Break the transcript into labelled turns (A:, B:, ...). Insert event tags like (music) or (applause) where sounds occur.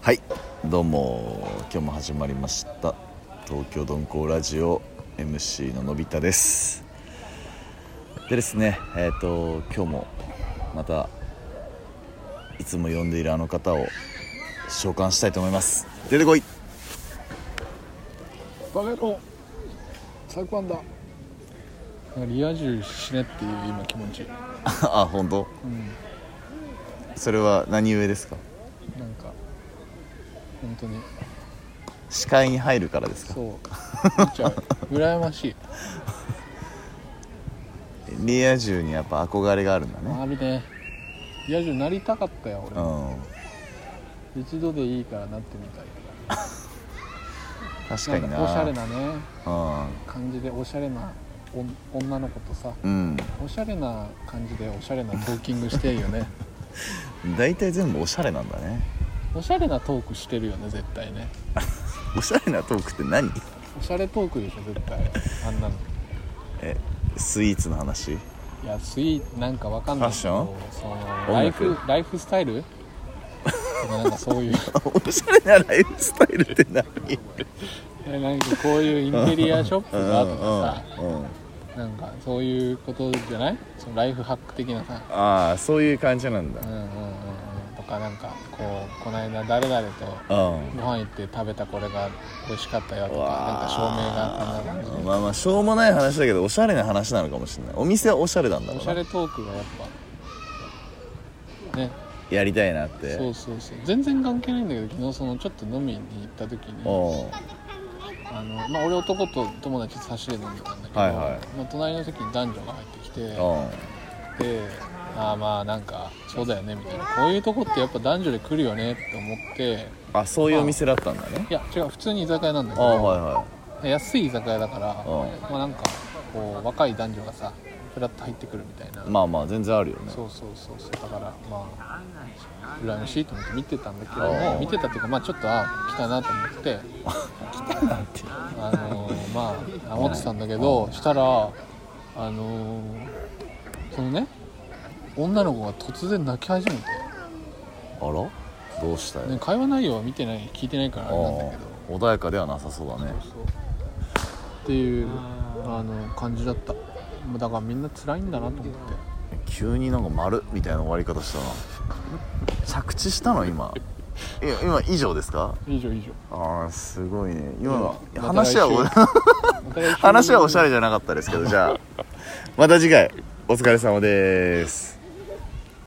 A: はいどうも今日も始まりました東京鈍行ラジオ MC ののび太ですでですねえっ、と今日もまたいつも呼んでいるあの方を召喚したいと思います出てこい
B: バカ野郎最高なんだなんかリア充しねっていう今気持ちな
A: (laughs) あ本当、それは何故ですか
B: んか本当に
A: 視界に入るからですか
B: そう見ちゃう (laughs) 羨ましい
A: リア充にやっぱ憧れがあるんだね
B: あるねリア充になりたかったよ
A: う
B: 俺、
A: ん
B: 一度でいいからなってみたい
A: 確かに
B: んかおしゃれ
A: な
B: なね
A: うん
B: 感じでおしゃれなお女の子とさ
A: うん
B: おしゃれな感じでおしゃれなトーキングしてるよ (laughs) ね
A: 大体全部おしゃれなんだね
B: おしゃれなトークしてるよね絶対ね
A: おしゃれなトークって何
B: おしゃれトークでしょ絶対あんなの
A: えスイーツの話
B: いやスイーなんかわかんないけど
A: フ
B: そ
A: 音楽
B: のライフライフスタイルとかなんかそういう
A: おしゃれなライフスタイルって何
B: えなんかこういうインテリアショップがとか
A: うんうんうん
B: さなんかそういうことじゃないそのライフハック的なさ
A: ああそういう感じなんだ
B: うんうんうんうんとかなんかこうこの間誰々と
A: うん
B: ご飯行って食べたこれが美味しかったよとかなんか証明があったな感じで
A: まあまあしょうもない話だけどおしゃれな話なのかもしれないお店はおしゃれなんだ
B: お
A: ろ
B: しゃ
A: うな
B: れトークがやっぱね
A: やりたいなって
B: そうそうそう全然関係ないんだけど昨日そのちょっと飲みに行った時に
A: おう
B: あのまあ、俺男と友達と差しで飲んでたんだけど、
A: はいはい
B: まあ、隣の席に男女が入ってきて
A: おう
B: でああまあなんかそうだよねみたいなこういうとこってやっぱ男女で来るよねって思って
A: あそういうお店だったんだね
B: いや違う普通に居酒屋なんだけ
A: あ
B: ど、
A: あはいは
B: 安い居酒屋だから、
A: う
B: まあ、なんかこう若い男女がさフラッと入ってくるみたいな、
A: いまあまあ全然あるよね
B: そうそうそうそうだからまあ羨ましいと思って見てたんだけど
A: ああ
B: も見てたっていうかまあちょっとああ来たなと思ってあのーまあ思ってたんだけどしたらあのーそのね女の子が突然泣き始めて、
A: あらどうしたよ
B: ね、会話内容は見てない聞いてないからあれなんだけ
A: お
B: ど
A: う穏やかではなさそうだね
B: そうっていうあの感じだったまあだからみんな辛いんだなと思って
A: 急になんか丸みたいな終わり方したな着地したの今いや今以上ですか
B: 以上以上
A: ああすごいね今の
B: うん
A: 話はお
B: ま
A: (laughs) 話はおしゃ
B: れ
A: れじゃなかったですけどじゃあまた次回お疲れ様です